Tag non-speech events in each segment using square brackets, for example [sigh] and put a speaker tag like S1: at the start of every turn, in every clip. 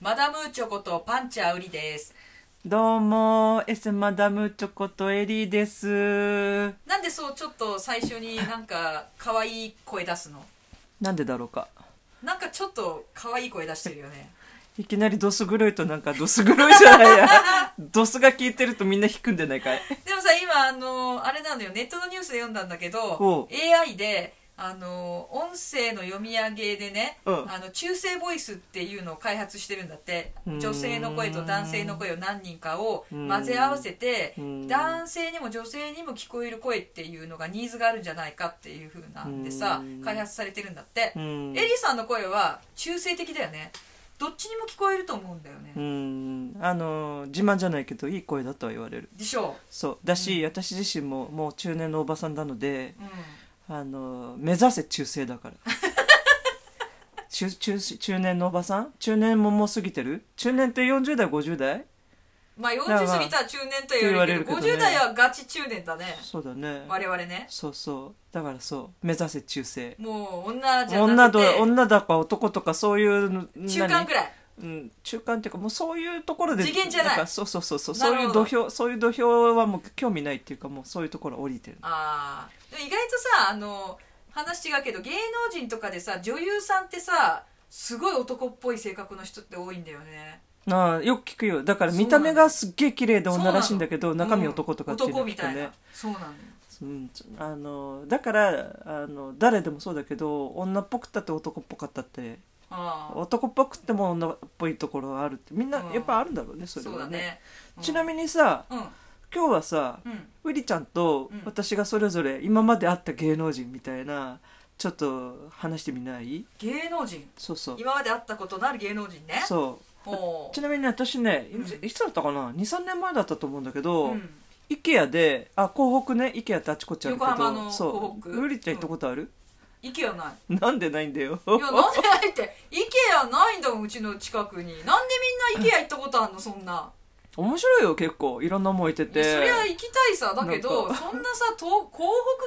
S1: マダムーチョことパンチャウリです
S2: どうも、エスマダムチョコとエリーです。
S1: なんでそうちょっと最初になんか可愛い声出すの
S2: なんでだろうか。
S1: なんかちょっと可愛い声出してるよね [laughs]
S2: いきなりドス黒いとなんかドス黒いじゃ [laughs] ないや。ドスが効いてるとみんな引くんでないかい。
S1: でもさ今あのあれなのよネットのニュースで読んだんだけど
S2: おう
S1: AI であの音声の読み上げでね、
S2: うん
S1: あの中性ボイスっていうのを開発してるんだって
S2: うーん
S1: 女性の声と男性の声を何人かを混ぜ合わせて
S2: うーん
S1: 男性にも女性にも聞こえる声っていうのがニーズがあるんじゃないかっていう風なんでさ
S2: うーん
S1: 開発されてるんだって
S2: う、ん。
S1: エリさんの声は中性的だよねどっちにも聞こえると思うんだよね、
S2: うん。あの、自慢じゃないけど、いい声だとは言われる。
S1: でしょ
S2: そう。だし、私自身ももう中年のおばさんなので、
S1: う、うん、
S2: あの、目指せ中性だ [laughs] から。中、中、中年のおばさん中年ももう過ぎてる中年って40代、50代
S1: まあ
S2: だから
S1: 40
S2: まあ
S1: 過ぎたら中年とは言われるけど
S2: って言われるけ
S1: 50
S2: どね
S1: 代はガチ中年だね
S2: そうだね。
S1: 我々ね
S2: そうそうだからそう目指せ中性
S1: もう女じゃな
S2: 女
S1: くて
S2: と女だか男とかそういうの
S1: 中間ぐらい
S2: 何うん、中間っていうかもうそういうところで
S1: 次元じゃない
S2: んかそうそうそうそう
S1: なる
S2: そ
S1: ほ
S2: ういう
S1: ど
S2: 土俵そういう土俵はもう興味ないっていうかもうそういうところ降りてる
S1: ああ意外とさあの話違うけど芸能人とかでさ女優さんってさすごい男っぽい性格の人って多いんだよね
S2: ああよく聞くよだから
S1: そうな
S2: 見
S1: の
S2: た目がすっげえ綺麗で女らしいんだけ
S1: う
S2: ど
S1: ん
S2: 中身男とかっていうの
S1: 男
S2: が
S1: み
S2: 聞く
S1: た
S2: と
S1: い
S2: ね
S1: なそうなのよ
S2: うん、あのだからあの誰でもそうだけど女っぽくったって男っぽかったって
S1: ああ
S2: 男っぽくっても女っぽいところはあるってみんな
S1: うん
S2: やっぱあるんだろうねそれ
S1: そう
S2: は
S1: だ
S2: ね
S1: ね
S2: ちな
S1: み
S2: みにさ
S1: にうん
S2: 今日はさ
S1: うん
S2: ウリちゃんと
S1: うん
S2: 私がそれぞれ今まで会った芸能人みたいなちょっと話してみない
S1: 芸能人
S2: そうそう
S1: 今まで会ったことのある芸能人ね
S2: そう
S1: ほ
S2: ちなみにね私ねいつ
S1: うん
S2: いつだったかな23年前だったと思うんだけ
S1: う、
S2: ど、
S1: うん
S2: IKEA であ港北ね IKEA ってあちこちあるけ
S1: 横浜の
S2: どそ
S1: 港北
S2: うウリちゃん行ったことある、
S1: 行けよ
S2: [laughs]
S1: ない
S2: なんでないんだよ
S1: いや、なんでないって、イケアないんだもん、うちの近くに。なんでみんなイケア行ったことあんの、そんな。
S2: 面白いよ結構いろんなもん置いて
S1: いや
S2: て
S1: そりゃ行きたいさ、だけ
S2: な
S1: ど、
S2: ん
S1: そんなさ、東、港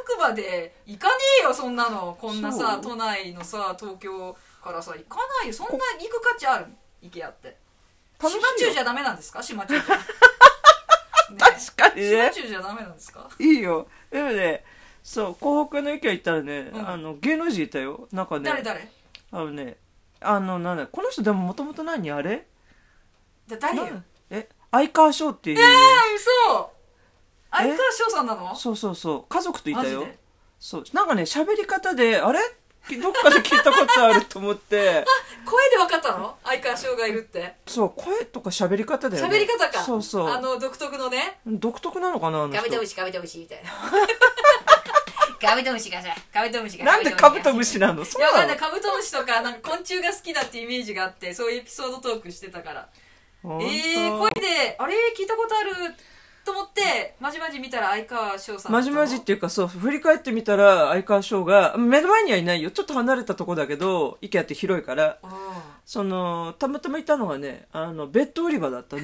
S1: 北区まで行かねえよ、そんなの。こんなさ、
S2: そう
S1: 都内のさ、東京からさ、行かないよ。そんな行く価値あるイケアって。島
S2: 楽しいよ
S1: 中じゃダメなんですか島中じ
S2: [laughs]
S1: ゃ。ね
S2: 確かに
S1: え
S2: ね
S1: 島中じゃダメなんですか
S2: いいよでもねそう港北の IKEA 行ったらね、
S1: うん
S2: あの芸能人いたよなんかね
S1: 誰誰
S2: あのね、あの、なんだ、この人でももともと何あれ
S1: だ誰よ。
S2: なんえ、相川翔っていう、
S1: あ、嘘相川翔さんなの
S2: そうそうそう、家族といた
S1: マ
S2: よ
S1: ジで。
S2: そう、なんかね、喋り方で、あれどっかで聞いたことあると
S1: [laughs]
S2: 思って、
S1: 声で分かったの相川翔がいるって。
S2: そう、声とか喋り方だよね。
S1: 喋り方か
S2: そうそ
S1: あ
S2: う。
S1: の独特のね
S2: 独特なのかなあの
S1: カブトム
S2: 人。
S1: シカブトムシみたい
S2: [laughs]
S1: なカブトムシがさカブトムシが
S2: なんでカブトムシなの
S1: い
S2: そう
S1: やわか
S2: なん
S1: ない
S2: の
S1: カブトムシとかなんか昆虫が好きだってイメージがあってそういうエピソードトークしてたから
S2: ほんと
S1: えー、声であれ聞いたことあると思ってまじまじ見たら相川翔さんだ
S2: ま
S1: った
S2: じ
S1: の
S2: まじっていうか、そう、振り返ってみたら、相川翔が、目の前にはいないよ。ちょっと離れたとこだけど、IKEA って広いから、
S1: あ
S2: そのたまたまいたのがねあのベッド売り場
S1: [laughs]
S2: だったね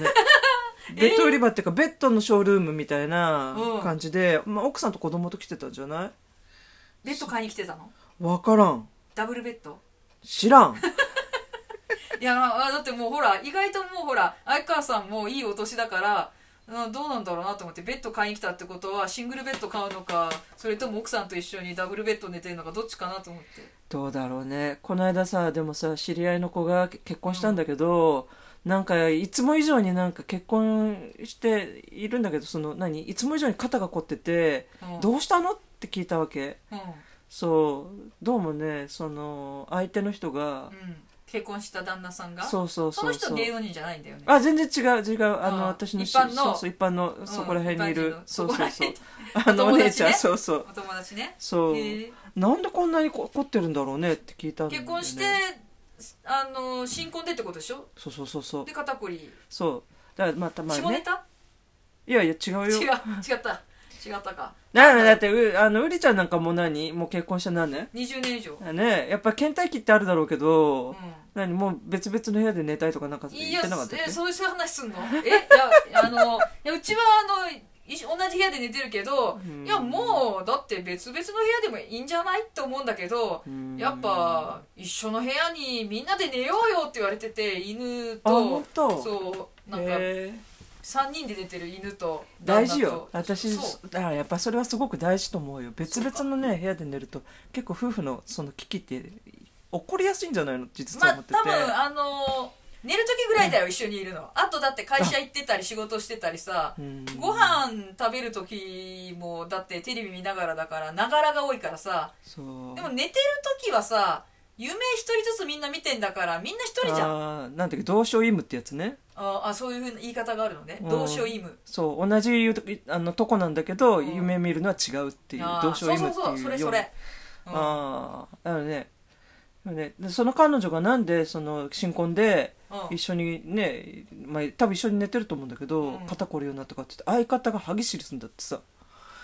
S2: ベッド売り場っていうか、ベッドのショールームみたいな
S1: うん
S2: 感じで、まあ、奥さんと子供と来てたんじゃない
S1: ーベッド買いに来てたの
S2: わからん
S1: ダブルベッド
S2: 知
S1: [laughs]
S2: らん
S1: いやまあだってもうほら意外ともうほら相川さんもいいお年だからうんどうなんだろうなと思ってベッド買いに来たってことはシングルベッド買うのかそれとも奥さんと一緒にダブルベッド寝てるのかどっちかなと思って
S2: どうだろうねこの間さでもさ知り合いの子が結結婚したんだけど、なんかいつも以上になんか結婚しているんだけどその何いつも以上に肩が凝ってて、
S1: うん
S2: どうしたのって聞いたわけ
S1: うん、
S2: そうどうもねその相手の人が
S1: う、ん、結婚した旦那さんが
S2: そうそう
S1: そ
S2: そう
S1: の人芸能人じゃないんだよね
S2: あ全然違う違うあの、
S1: うん
S2: 私の
S1: 一般の
S2: そうそう一般の
S1: ん
S2: そこら辺にい
S1: 一般
S2: る、
S1: 人の
S2: そ
S1: そ
S2: う
S1: こ
S2: そ
S1: ら
S2: うそう
S1: 辺
S2: あの
S1: お
S2: お
S1: 友達ね
S2: 姉ちゃん、そうそう
S1: お友達ね
S2: そう、
S1: へえ
S2: なんでこんなにこ怒ってるんだろうねって聞いたんだよ
S1: 結
S2: ね
S1: 婚してあの新婚でってことでしょ
S2: そうそうそうそう
S1: で肩こり
S2: そうだからまあたまに
S1: 下ネ
S2: ね
S1: タ
S2: いやいや違うよ
S1: 違う違った違ったか
S2: だからだってうあのうりちゃんなんかもう何もう結婚して何年
S1: 20年以上、うん
S2: ねやっぱ倦怠期ってあるだろうけど、何もう別々の部屋で寝たいとかなんか
S1: い
S2: 言
S1: や [laughs]
S2: ってなかったっけ
S1: えそういう話すんのえいやあのいやうちはあの一緒同じ部屋で寝てるけど、
S2: うん
S1: いやもうだって別々の部屋でもいいんじゃないって思うんだけど、
S2: うん
S1: やっぱ一緒の部屋にみんなで寝ようよって言われてて犬
S2: あ
S1: と
S2: 本当
S1: そうなんか
S2: へえ
S1: 3人で寝てる犬と旦
S2: 大
S1: 那と
S2: 事よ私
S1: そう
S2: あやっぱそれはすごく大事と思うよ別々のね部屋で寝ると結構夫婦のその危機って起こりやすいんじゃないの実
S1: まあ
S2: は思ってて、
S1: 多分あの寝る時ぐらいだよ一緒にいるのあとだって会社行ってたり仕事してたりさ
S2: うん
S1: ご飯食べる時もだってテレビ見ながらだからながらが多いからさ
S2: そう
S1: でも寝てる時はさ夢一人ずつみんな見てんだからみんな一人じゃん
S2: あーなんだっけ同床異夢ってやつね
S1: ああそういうふうな言い方があるのね
S2: うん
S1: 同床異夢
S2: そう同じゆとあのとこなんだけど、
S1: うん
S2: 夢見るのは違うっていう
S1: あー
S2: 同床異夢っていう
S1: そうそうそうそれ
S2: よ
S1: そう
S2: な
S1: れ、うん
S2: ああだからねだからねでその彼女がなんでその新婚で
S1: うん
S2: 一緒にね、まあ、多分一緒に寝てると思うんだけど、
S1: うん
S2: 肩こるようになったかって言って相方が歯ぎしりするんだってさ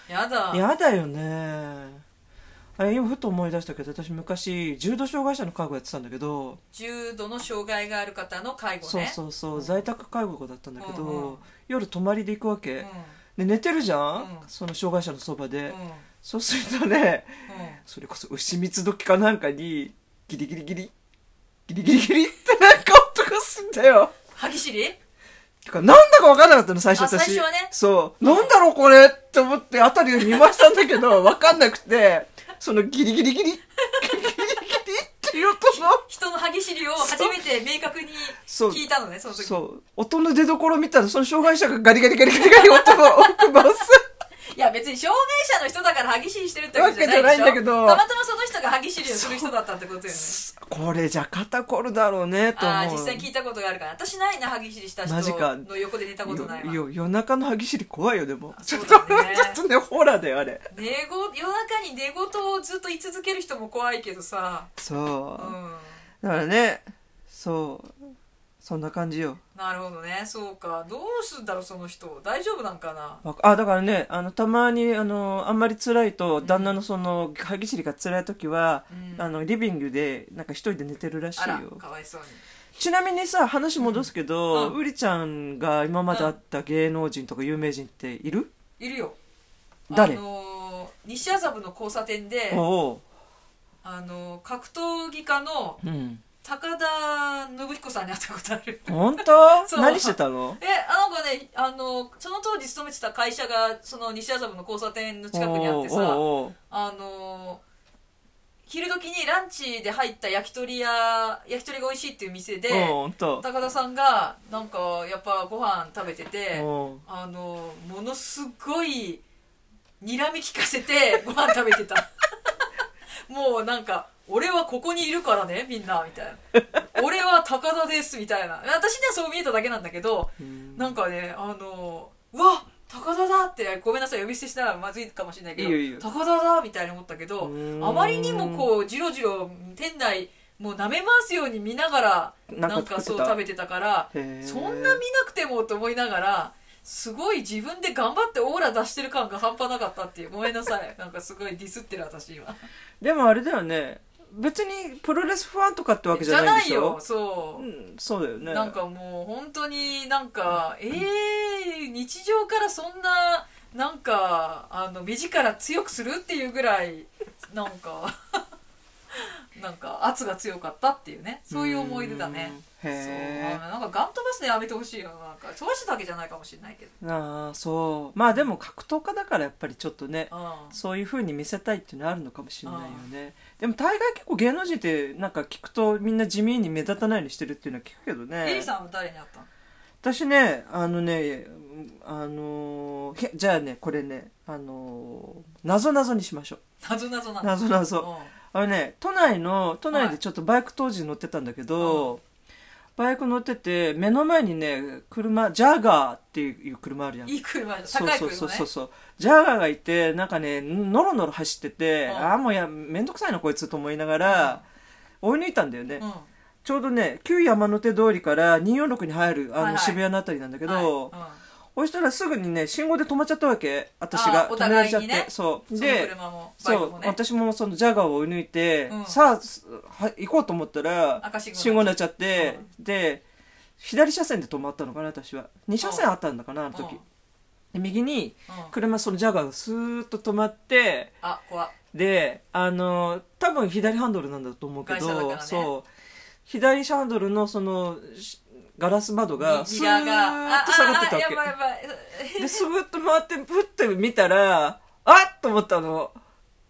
S1: やだ
S2: やだよねあれ今ふと思い出したけど私昔重度障害者の介護やってたんだけど、
S1: 重度の障害がある方の介護
S2: そう
S1: ね
S2: そうそう在宅介護だったんだけど、
S1: うんうん
S2: 夜泊まりで行くわけ、
S1: うん
S2: で寝てるじゃん、
S1: うん
S2: その障害者のそばで、
S1: うんうん
S2: そうするとねそれこそ牛三つ時かなんかにギリギリギリギリギリギリってなんか音がすんだよ
S1: 歯ぎしり
S2: てかなんだか分かんなかったの最初
S1: あ
S2: 私
S1: 最初はね
S2: そうなんだろうこれって思って辺りを見回したんだ
S1: [laughs]
S2: けど分かんなくてそのギリギリギリギリギリギリっていう音の
S1: 人の歯ぎしりを初めて明確に
S2: そう
S1: 聞いたのねその時
S2: そう音の出所見たらその障害者がガリガリガリガリガリ音の奥回す
S1: いや別に障害者の人だから歯ぎしりしてるってわけじゃ
S2: わ
S1: ないで
S2: けじゃ
S1: し
S2: な
S1: ょ
S2: いんだけど
S1: たまたまその人が歯ぎしりをする人だったってことよね
S2: これじゃ肩こるだろうねと思う
S1: ああ実際聞いたことがあるから私ないな歯ぎしりした人
S2: マジか
S1: の横で寝たことないわ
S2: よよ夜中の歯ぎしり怖いよでも
S1: あそ
S2: ちょっ
S1: う
S2: と
S1: だ
S2: [laughs] ち
S1: ね
S2: ょっとねホラーだよあれ
S1: 寝言夜中に寝言をずっと言い続ける人も怖いけどさ
S2: そう
S1: う、ん
S2: だからねそうそんな感じよ
S1: なるほどねそうかどうすんだろうその人大丈夫なんかな
S2: わあだからねあのたまにあのあんまり辛いと旦那のその歯ぎしりが辛い時は、
S1: うん
S2: あのリビングでなんか一人で寝てるらし
S1: あ
S2: い
S1: ら
S2: よ
S1: かわいそうに
S2: ちなみにさ話戻すけど、
S1: う
S2: うんりちゃんが今まで会った芸能人とか有名人っている、
S1: いるよ
S2: 誰
S1: あのー西麻布の交差点で
S2: おお
S1: あのー格闘技家の
S2: う、うん、
S1: 高田信彦さんに会ったことある
S2: 本
S1: そ
S2: 当
S1: う
S2: 何してたの
S1: えあなんかねあのーその当時勤めてた会社がその西麻布の交差点の近くにあって
S2: おう
S1: さ
S2: おうおう
S1: あのー昼時にランチで入った焼き鳥屋焼き鳥が美味しいっていう店で
S2: うんほんと
S1: 高田さんがなんかやっぱご飯食べてて
S2: うん
S1: あのものすごいにらみきかせて [laughs] ご飯食べてたもうなんか「俺はここにいるからねみんな」みたいな「俺は高田です」みたいな私にはそう見えただけなんだけどなんかねあのうわ高田だってごめんなさい呼び捨てしたらまずいかもしれないけど
S2: いいよいいよ
S1: 高田だみたいに思ったけど
S2: うーん
S1: あまりにもこうじろじろ店内もう舐め回すように見ながら
S2: なんか
S1: なんかそう食べてたから
S2: へー
S1: そんな見なくてもと思いながらすごい自分で頑張ってオーラ出してる感が半端なかったっていうごめんなさいなんかすごいディスってる私今
S2: でもあれだよね別にプロレスファンとかってわけじゃないでしょ
S1: よそうう、
S2: ん、そうだよね
S1: なんかもう本当になんかえー、日常からそんななんかあの目力強くするっていうぐらいなんかなんか圧が強かったっていうねそういう思い出だね
S2: うん
S1: そう
S2: へ
S1: あのなんかガン飛ばすのやめてほしいよなんか飛ばしてだけじゃないかもしれないけど
S2: えああそうまあでも格闘家だからやっぱりちょっとね
S1: うん
S2: そういう風に見せたいっていうのはあるのかもしれないよねでも大概結構芸能人ってなんか聞くとみんな地味に目立たないようにしてるっていうのは聞くけど
S1: エ
S2: ね
S1: リさんは誰に会ったの
S2: 私ねあのねあのーへじゃあねこれねあのー、謎謎にしましょう
S1: 謎謎なの
S2: 謎謎あのね都内の都内でちょっとバイク当時乗ってたんだけど、バイク乗ってて目の前にね車ジャガーっていう車あるじゃ
S1: うんんいい車高
S2: そう
S1: い車ね
S2: そうそうそうそうジャガーがいてなんかねのろのろ走ってて、
S1: うん
S2: ああもうやめんどくさいなこいつと思いながら、追い抜いたんだよね、
S1: うん
S2: ちょうどね旧山手通りから246に入るあの、
S1: はいはい
S2: 渋谷のあたりなんだけ
S1: は
S2: ど、
S1: い
S2: そしたらすぐにね信号で止まっちゃったわけ私が
S1: あーお
S2: 止め
S1: 互
S2: られ
S1: い
S2: ちゃっ
S1: に
S2: て、
S1: ね
S2: そう
S1: うん、
S2: で
S1: その車もバイ
S2: そ
S1: ク
S2: う
S1: も、ね
S2: 私もそのジャガーを追い抜いて、
S1: うん
S2: さあすは行こうと思ったら
S1: 赤信号
S2: 信号になっちゃって、で左車線で止まったのかな私は2車線あったんだかなあの時、
S1: うん
S2: で右に
S1: うん
S2: 車そのジャガーがスーッと止まって
S1: あ怖っ
S2: であの多分左ハンドルなんだと思うけ
S1: 外車だか
S2: ど、
S1: らね
S2: そう左ハンドルのそのしガラス窓がス
S1: 右
S2: ー
S1: 側が
S2: ッと下がってたわ
S1: ああやばいやばい
S2: けでスーッと回ってプッて見たらあっと思ったの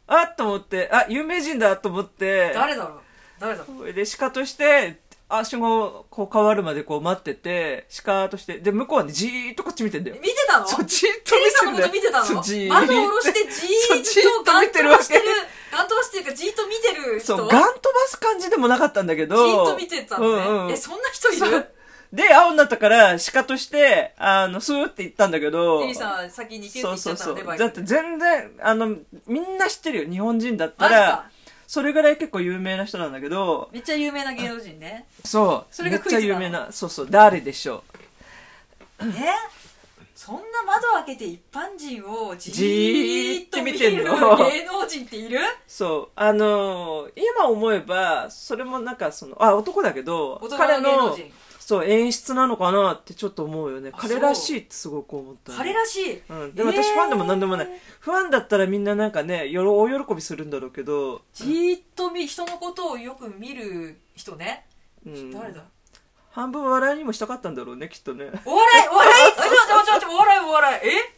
S2: あっと思ってあ有名人だと思って
S1: 誰だろう誰だろう
S2: で鹿としてあ信号こう変わるまでこう待ってて鹿としてで向こうはねじーっとこっち見てんだよ
S1: 見てたの
S2: そうじーっと
S1: テリーさんの
S2: 見
S1: こ
S2: てんだ
S1: と見てた
S2: よ
S1: の
S2: そうじーっ
S1: 窓を下ろしてじ
S2: [laughs] そうじ
S1: ー
S2: ー
S1: っとガ
S2: っと
S1: ン
S2: 見
S1: 飛
S2: てる
S1: ば
S2: わ
S1: して
S2: け
S1: るガン飛ばしてるかじーっと見てる人
S2: そう
S1: じ
S2: ガン飛ばす感じでもなかったんだけど
S1: ーっと見てたのね、
S2: うんうん
S1: えそんな人い
S2: そう
S1: る
S2: で青になったから鹿としてあのスーって行ったんだけど
S1: テリーさんは先に行けって
S2: そ
S1: 言
S2: う
S1: っちゃ
S2: そう
S1: ったの
S2: そ
S1: ね
S2: う
S1: バイ
S2: だっ
S1: ク
S2: て全然あのみんな知ってるよ日本人だった
S1: マジから
S2: それぐらい結構有名な人なんだけど
S1: めっちゃ有名な芸能人ね
S2: そう
S1: それが
S2: めっ
S1: クイ
S2: ち
S1: ズ
S2: ゃ
S1: なの
S2: 有名なそうそう誰でしょ
S1: えそんな窓開けて一般人をじーっと見て
S2: じ
S1: る
S2: ーっと見て
S1: 芸
S2: んの
S1: 能人っている
S2: うそうあのー今思えばそれもなんかそのあ男だけど
S1: 大人
S2: 彼
S1: の芸能
S2: の
S1: 人
S2: そう演出なのかなってちょっと思うよね
S1: あ
S2: 彼らしいってすごく思ったね
S1: 彼らしい
S2: うん、でも私
S1: えー
S2: ファンでも何でもない、ファンだったらみんななんかねよろ大喜びするんだろうけど、
S1: じーっと見人のことをよく見る人ね
S2: うん、
S1: 誰だ
S2: 半分笑いにもしたかったんだろうねきっとね
S1: お笑いお
S2: [laughs]
S1: 笑いちょちょちょちょお笑いお笑いええ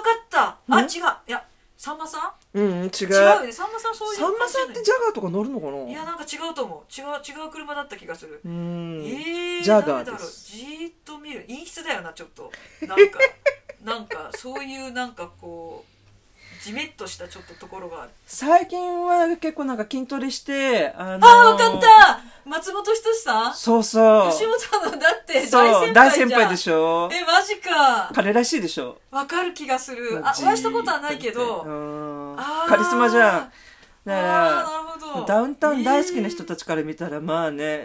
S1: あ分か
S2: ん
S1: ったあ違ういやさんまさん
S2: うん違う
S1: 違うよねさんまさんそういう
S2: さんまさんってジャガーとか乗るのか
S1: いや
S2: な
S1: なんか違うと思う違う違う車だった気がする
S2: う
S1: え
S2: ん、
S1: ー、
S2: ジャガー
S1: 誰だろう
S2: です
S1: じーっと見る陰湿だよなちょっ
S2: [laughs]
S1: となんかなんかそういうなんかこうじめっとしたちょっとところがある
S2: 最近は結構なんか筋トレしてあのー
S1: あ分かった松本人志さん
S2: そうそう
S1: 吉本のだって
S2: そう
S1: 大
S2: 大
S1: 先輩
S2: 先
S1: じゃん
S2: 輩でしょ
S1: えマジか
S2: 彼らしいでしょ
S1: わかる気がするあお会いしたことはないけ
S2: う
S1: ど
S2: ん
S1: あー
S2: カリスマじゃんだか
S1: あ
S2: ら
S1: あーなるほど
S2: ダウンタウン大好きな人たちから見たらまあね